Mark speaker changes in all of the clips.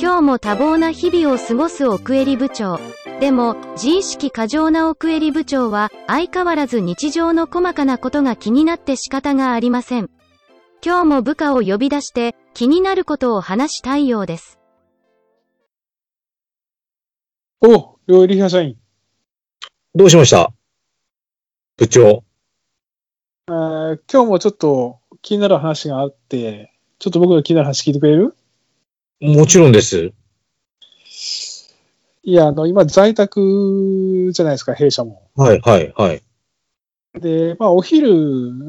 Speaker 1: 今日も多忙な日々を過ごす奥襟部長。でも、自意識過剰な奥襟部長は、相変わらず日常の細かなことが気になって仕方がありません。今日も部下を呼び出して、気になることを話したいようです。
Speaker 2: お、料理屋社員。
Speaker 3: どうしました部長。
Speaker 2: えー今日もちょっと気になる話があって、ちょっと僕の気になる話聞いてくれる
Speaker 3: もちろんです。
Speaker 2: いや、あの、今在宅じゃないですか、弊社も。
Speaker 3: はい、はい、はい。
Speaker 2: で、まあお昼、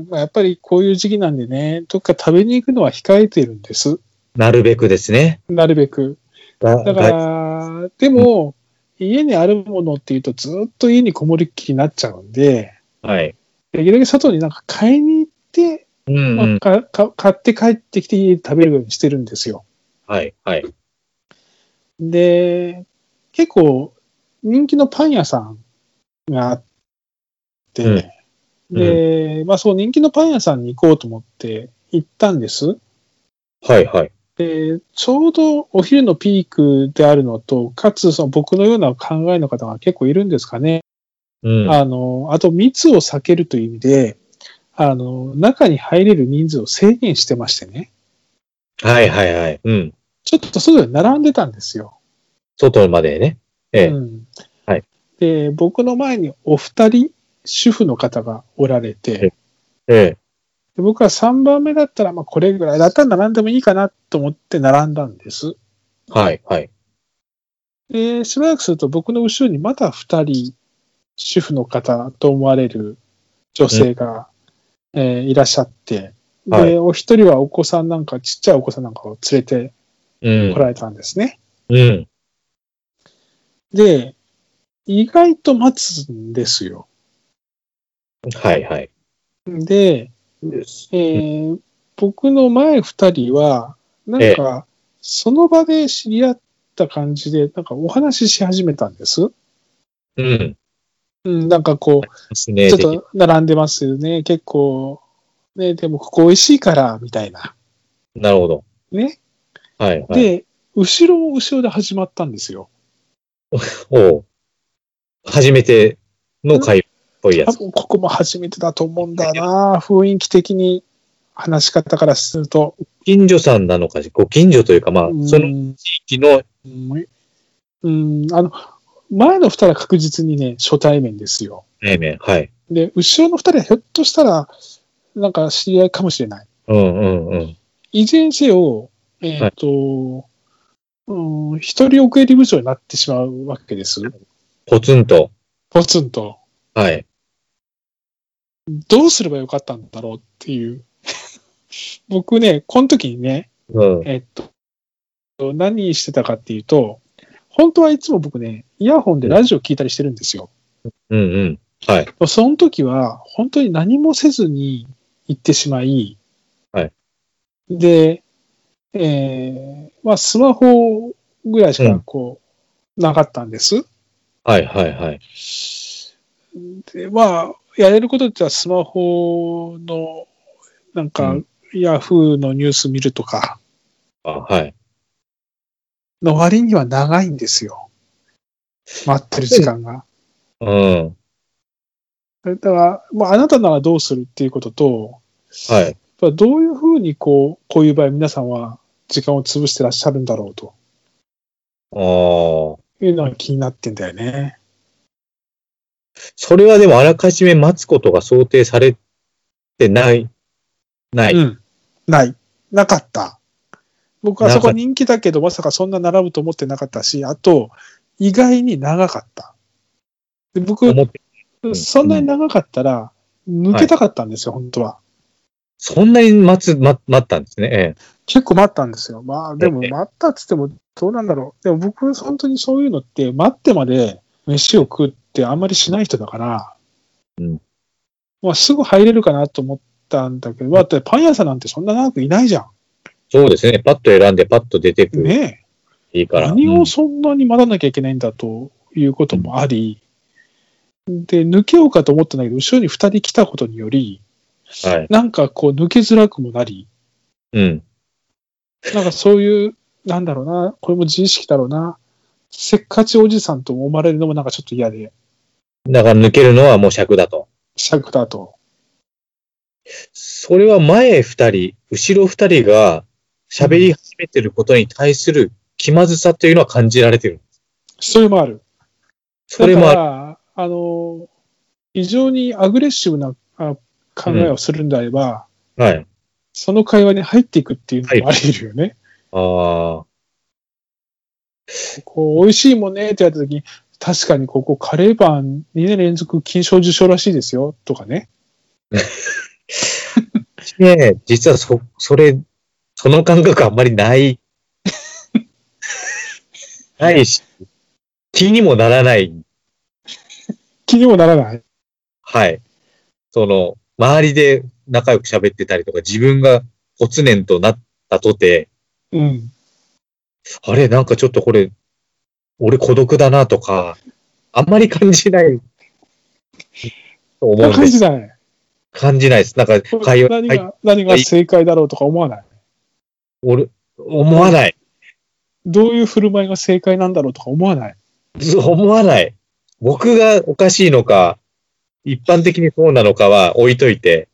Speaker 2: まあ、やっぱりこういう時期なんでね、どっか食べに行くのは控えてるんです。
Speaker 3: なるべくですね。
Speaker 2: なるべく。
Speaker 3: だ
Speaker 2: だか
Speaker 3: だ
Speaker 2: ら、でも、家にあるものっていうとずっと家にこもりっきりになっちゃうんで、
Speaker 3: はい。
Speaker 2: できるだけ外になんか買いに行って、
Speaker 3: うん、う
Speaker 2: まあ
Speaker 3: ん。
Speaker 2: かか買って帰ってきて家で食べるようにしてるんですよ。
Speaker 3: はい、はい。
Speaker 2: で、結構人気のパン屋さんがあって、
Speaker 3: うん
Speaker 2: で、まあそう人気のパン屋さんに行こうと思って行ったんです。
Speaker 3: はい、はい。
Speaker 2: で、ちょうどお昼のピークであるのと、かつその僕のような考えの方が結構いるんですかね。
Speaker 3: うん。
Speaker 2: あの、あと密を避けるという意味で、あの、中に入れる人数を制限してましてね。
Speaker 3: はい、はい、はい。うん。
Speaker 2: ちょっと外で並んでたんですよ。
Speaker 3: 外までね。ええ。
Speaker 2: うん
Speaker 3: はい
Speaker 2: で、僕の前にお二人、主婦の方がおられて、
Speaker 3: えええ。
Speaker 2: で僕は3番目だったら、まあ、これぐらいだったら並んでもいいかなと思って並んだんです。
Speaker 3: はい、はい。
Speaker 2: で、しばらくすると僕の後ろにまた二人、主婦の方と思われる女性が、えーいらっしゃって、で、
Speaker 3: はい
Speaker 2: お一人はお子さんなんか、ちっちゃいお子さんなんかを連れて
Speaker 3: う
Speaker 2: 来
Speaker 3: ん。
Speaker 2: られたんですね。
Speaker 3: うん。
Speaker 2: で、意外と待つんですよ。
Speaker 3: はい、はい。
Speaker 2: で、えー僕の前二人は、なんか、その場で知り合った感じで、なんかお話しし始めたんです。
Speaker 3: うん。
Speaker 2: うん、なんかこ
Speaker 3: です
Speaker 2: う、
Speaker 3: ね。
Speaker 2: ちょっと並んでますよね。結構、ね、でもここ美味しいから、みたいな。
Speaker 3: なるほど。
Speaker 2: ね。
Speaker 3: はい、はい。
Speaker 2: で、後ろも後ろで始まったんですよ。
Speaker 3: おう初めての会っぽいや
Speaker 2: 多
Speaker 3: つ。
Speaker 2: 分ここも初めてだと思うんだな雰囲気的に話し方からすると。
Speaker 3: 近所さんなのかし、ご近所というか、まあ、その
Speaker 2: うん
Speaker 3: 地域の、
Speaker 2: うん、あの、前の二人は確実にね、初対面ですよ。
Speaker 3: ねえねえはい。
Speaker 2: で、後ろの二人はひょっとしたら、なんか知り合いかもしれない。
Speaker 3: うん、うん、うん。
Speaker 2: いずれにせよ、えっ、と、うん、一人奥襟部長になってしまうわけです。
Speaker 3: ポツンと。
Speaker 2: ポツンと。
Speaker 3: はい。
Speaker 2: どうすればよかったんだろうっていう。 僕ね、この時にね、
Speaker 3: うん。
Speaker 2: えっ、と、何してたかっていうと、本当はいつも僕ね、イヤホンでラジオ聞いたりしてるんですよ。
Speaker 3: うんうん。はい。
Speaker 2: その時は、本当に何もせずに行ってしまい、
Speaker 3: はい
Speaker 2: で、えーまあ、スマホぐらいし
Speaker 3: う
Speaker 2: か、
Speaker 3: ん
Speaker 2: こう、なかったんです。
Speaker 3: はいはいはい。
Speaker 2: で、まあ、やれることっては、スマホの、なんか、
Speaker 3: う
Speaker 2: ヤフーのニュース見るとか、
Speaker 3: あはい。
Speaker 2: の割には長いんですよ。待ってる時間が。
Speaker 3: うん。
Speaker 2: だから、まあ、あなたならどうするっていうことと、
Speaker 3: はい。
Speaker 2: やっぱどういうふうにこう、こういう場合皆さんは時間を潰してらっしゃるんだろうと
Speaker 3: ああ。
Speaker 2: いうのが気になってんだよね。
Speaker 3: それはでもあらかじめ待つことが想定されてない。ない。
Speaker 2: うん。ない。なかった。僕はそこ
Speaker 3: なかっ
Speaker 2: 人気だけど、まさかそんな並ぶと思ってなかったし、あと、意外に長かった。で僕、
Speaker 3: 思ってん
Speaker 2: そんなに長かったら、抜けたかったんですよ、本当は。
Speaker 3: そんなに待つ、待待ったんですね。
Speaker 2: 結構待ったんですよ。まあ、でも
Speaker 3: ええ
Speaker 2: 待ったっつっても、どうなんだろう。でも僕、本当にそういうのって、待ってまで飯を食うってあんまりしない人だから、
Speaker 3: うん
Speaker 2: まあ、すぐ入れるかなと思ったんだけど、だってパン屋さんなんてそんな長くいないじゃん。
Speaker 3: ええそうですね。パッと選んでパッと出てくる。
Speaker 2: ね
Speaker 3: いいから。
Speaker 2: 何をそんなに待たなきゃいけないんだということもあり、で、抜けようかと思ったんだけど、後ろに2人来たことにより、
Speaker 3: うんはい。
Speaker 2: なんかこう抜けづらくもなり、
Speaker 3: うん。
Speaker 2: なんかそういう、なんだろうな、これも自意識だろうな、せっかちおじさんと思われるのもなんかちょっと嫌で、
Speaker 3: だから抜けるのはもう尺だと。
Speaker 2: 尺だと。
Speaker 3: それは前二人、後ろ二人が喋り始めてることに対する気まずさというのは感じられてる。
Speaker 2: それもある。
Speaker 3: そ
Speaker 2: だか
Speaker 3: れもある。
Speaker 2: ら、あの、非常にアグレッシブなあ考えをするんであれば、
Speaker 3: はい。
Speaker 2: その会話に入っていくっていうのもあり得るよね。
Speaker 3: ああ。
Speaker 2: こう、美味しいもんねって言われた時に、確かにここカレーパン2年連続金賞受賞らしいですよ、とかね。
Speaker 3: ね実はそ、それ、その感覚あんまり ない。ないし、気にもならない。
Speaker 2: 気にもならない。
Speaker 3: はい。その、周りで仲良く喋ってたりとか、自分が骨年となったとて、
Speaker 2: うん。
Speaker 3: あれ、なんかちょっとこれ、俺孤独だなとか、あんまり感 じない。と思うん
Speaker 2: 感
Speaker 3: で
Speaker 2: じ
Speaker 3: す。
Speaker 2: だね。
Speaker 3: 感じないです。なんか、会話、
Speaker 2: 何
Speaker 3: はい、
Speaker 2: が、何が正解だろうとか思わない。
Speaker 3: 俺、思わない。
Speaker 2: どういう振る舞いが正解なんだろうとか思わない。
Speaker 3: そう思わない。僕がおかしいのか、一般的にそうなのかは置いといて。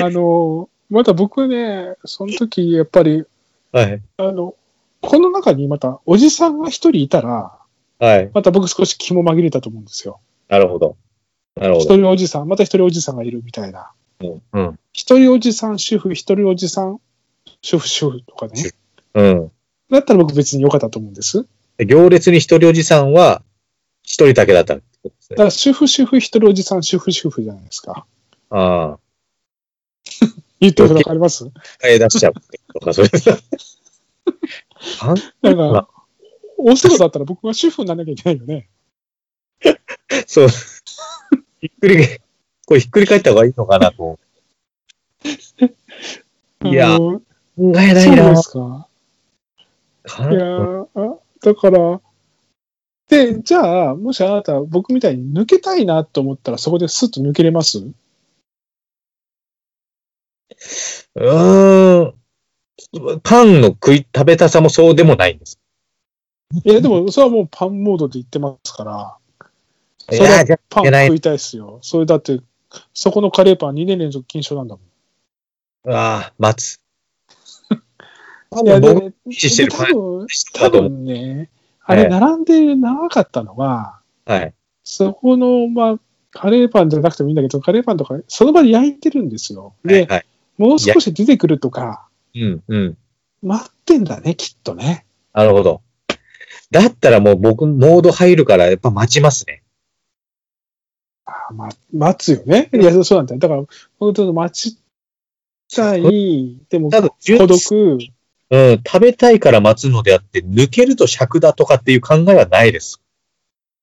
Speaker 2: あの、また僕ね、その時やっぱり、
Speaker 3: はい。
Speaker 2: あの、この中にまたおじさんが一人いたら、
Speaker 3: はい。
Speaker 2: また僕少し気も紛れたと思うんですよ。
Speaker 3: なるほど。なるほ
Speaker 2: 一
Speaker 3: ど。
Speaker 2: 人おじさん、また一人おじさんがいるみたいな。
Speaker 3: うん。
Speaker 2: 一人おじさん、主婦、一人おじさん、主婦、主婦とかね。
Speaker 3: うん。
Speaker 2: だったら僕別に良かったと思うんです。
Speaker 3: 行列に一人おじさんは、一人だけだったってことです
Speaker 2: だ
Speaker 3: ね。
Speaker 2: から主婦主婦一人おじさん主婦主婦じゃないですか。
Speaker 3: ああ。
Speaker 2: 言ってることわかります
Speaker 3: 変え出しちゃうってことか、それ。あん
Speaker 2: なんか、お仕事だったら僕は主婦にならなきゃいけないよね。
Speaker 3: そう。ひっくり、これひっくり返った方がいいのかなと。いや
Speaker 2: あの
Speaker 3: 考えな
Speaker 2: そ
Speaker 3: いう
Speaker 2: で
Speaker 3: な
Speaker 2: す。か。
Speaker 3: か
Speaker 2: いやーあだから、で、じゃあ、もしあなた、僕みたいに抜けたいなと思ったら、そこでスッと抜けれます
Speaker 3: うーん。パンの食い、食べたさもそうでもないんです。
Speaker 2: いや、で も、それはもうパンモードで言ってますから、それ
Speaker 3: いや
Speaker 2: は
Speaker 3: じゃあ
Speaker 2: パン
Speaker 3: いけない
Speaker 2: 食いたいですよ。それだって、そこのカレーパン2年連続禁止なんだもん。
Speaker 3: ああ、待つ。多
Speaker 2: いや、
Speaker 3: 分
Speaker 2: で
Speaker 3: 僕の維持してる
Speaker 2: で
Speaker 3: パ
Speaker 2: 多
Speaker 3: ン
Speaker 2: 分
Speaker 3: でした
Speaker 2: 多
Speaker 3: と思う。
Speaker 2: 分ね、あれ、
Speaker 3: ええ
Speaker 2: 並んで長かったのは、
Speaker 3: はい。
Speaker 2: そこの、まあ、カレーパンじゃなくてもいいんだけど、カレーパンとか、その場で焼いてるんですよ。
Speaker 3: はい
Speaker 2: で、
Speaker 3: は
Speaker 2: もう少し出てくるとか、
Speaker 3: い。うん、うん。
Speaker 2: 待ってんだね、きっとね。
Speaker 3: なるほど。だったらもう僕、モード入るから、やっぱ待ちますね。
Speaker 2: あま、待つよね。いや、そうなんだよ。だから、本当に待ちたい、でも、
Speaker 3: 多分、
Speaker 2: 孤独、
Speaker 3: うん、食べたいから待つのであって、抜けると尺だとかっていう考えはないです。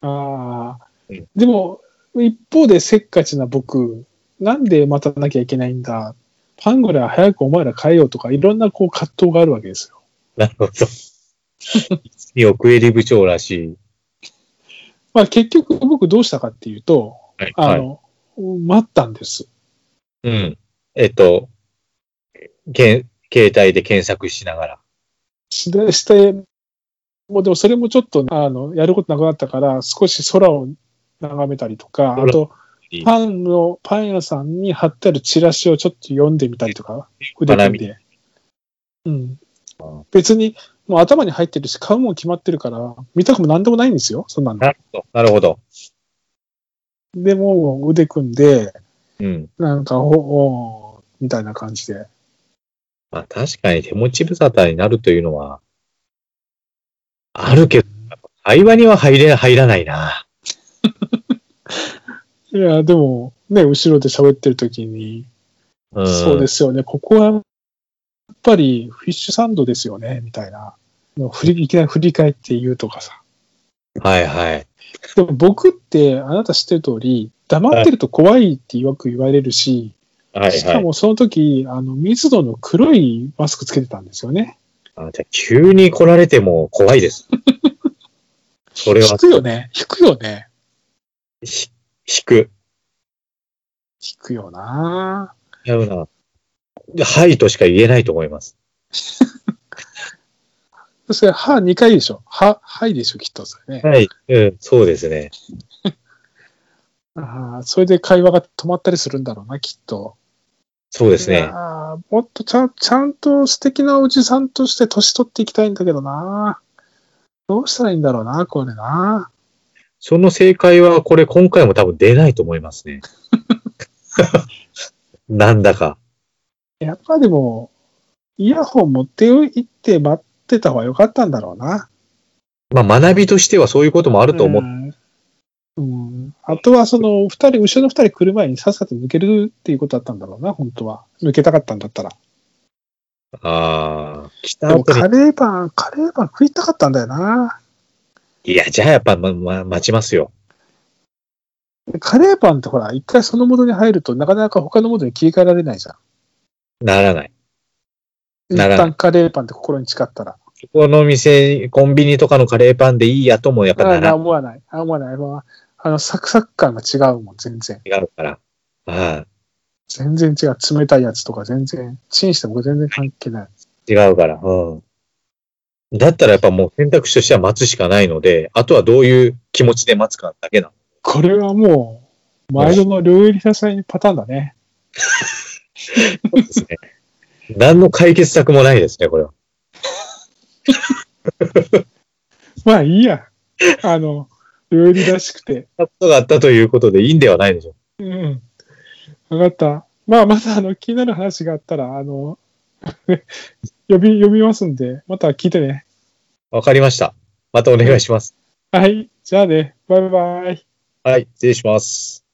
Speaker 2: ああ
Speaker 3: うん。
Speaker 2: でも、一方でせっかちな僕、なんで待たなきゃいけないんだ。パンぐらい早くお前ら変えようとか、いろんなこう葛藤があるわけですよ。
Speaker 3: なるほど。いや、クエリ部長らしい。
Speaker 2: まあ結局僕どうしたかっていうと、
Speaker 3: はい。
Speaker 2: あ
Speaker 3: はい、
Speaker 2: の、待ったんです。
Speaker 3: うん。えっと、けん携帯で検索しながら。
Speaker 2: しして、もうでもそれもちょっと、あの、やることなくなったから、少し空を眺めたりとか、あと
Speaker 3: いい、
Speaker 2: パンの、パン屋さんに貼ってあるチラシをちょっと読んでみたりとか、腕組んで。うん
Speaker 3: あー。
Speaker 2: 別に、もう頭に入ってるし、買うもん決まってるから、見たくもなんでもないんですよ、そんなの。
Speaker 3: なるほど。なるほど。
Speaker 2: でも、腕組んで、
Speaker 3: うん。
Speaker 2: なんか、おおーみたいな感じで。
Speaker 3: まあ確かに手持ち無沙汰になるというのは、あるけど、会話には入れ、入らないな。
Speaker 2: いや、でも、ね、後ろで喋ってる時に、
Speaker 3: うん。。
Speaker 2: そうですすよね、ここはやっぱりフィッシュサンドですよね、みたいな。の振りいきなり振り返って言うとかさ。
Speaker 3: はいはい。
Speaker 2: でも僕って、あなた知ってる通り、黙ってると怖いってよく言われるし、
Speaker 3: はい
Speaker 2: しか
Speaker 3: はい。
Speaker 2: もその時、あの、水野の黒いマスクつけてたんですよね。
Speaker 3: あじゃあ急に来られても怖 いです。それは
Speaker 2: 引くよね。引くよね。
Speaker 3: ひ引く。
Speaker 2: 引くよな
Speaker 3: やるな。はいとしか言えないと思います。
Speaker 2: それ、歯2回でしょ。歯、はいでしょ、きっとそれね。
Speaker 3: はい。うん、そうですね。
Speaker 2: ああ、それで会話が止まったりするんだろうな、きっと。
Speaker 3: そうですね。
Speaker 2: ああ、もっとちゃん、ちゃんと素敵なおじさんとして年取っていきたいんだけどなどうしたらいいんだろうな、これな。
Speaker 3: その正解は、これ今回も多分出ないと思いま すね。なんだか。
Speaker 2: やっぱでも、イヤホン持って行って待ってた方が良かったんだろうな。
Speaker 3: まあ、学びとしてはそういうこともあると思う。
Speaker 2: うん。うんあとはその、二人、後ろの二人来る前にさっさと抜けるっていうことだったんだろうな、本当は。抜けたかったんだったら。
Speaker 3: ああ、来た
Speaker 2: でも
Speaker 3: 後に
Speaker 2: カレーパン、カレーパン食いたかったんだよな。
Speaker 3: いや、じゃあやっぱ、ま、ま、待ちますよ。
Speaker 2: カレーパンってほら、一回そのモードに入るとなかなか他のモードに切り替えられないじゃん。
Speaker 3: ならない。
Speaker 2: 一
Speaker 3: なら
Speaker 2: 旦カレーパンって心に誓ったら。
Speaker 3: そこの店、コンビニとかのカレーパンでいいやともやっぱな
Speaker 2: あ
Speaker 3: ら
Speaker 2: あ、思わない。あ思わない。まああの、サクサク感が違うもん、全然。
Speaker 3: 違うから。ああ、
Speaker 2: 全然違う。冷たいやつとか全然、チンしても僕全然関係ない。
Speaker 3: 違うから。うん。だったらやっぱもう選択肢としては待つしかないので、あとはどういう気持ちで待つかだけなの。
Speaker 2: これはもう、毎度の両襟支えパターンだね。
Speaker 3: そうですね。何の解決策もないですね、これは。
Speaker 2: まあいいや。あの、両襟らしくて。
Speaker 3: そんなことがあったということでいいんではないでしょうか。
Speaker 2: うん。わかった。まあ、またあの、気になる話があったら、あの、 呼び、呼びますんで、また聞いてね。
Speaker 3: わかりました。またお願いします。
Speaker 2: はい。じゃあね。バイバイ。
Speaker 3: はい、失礼します。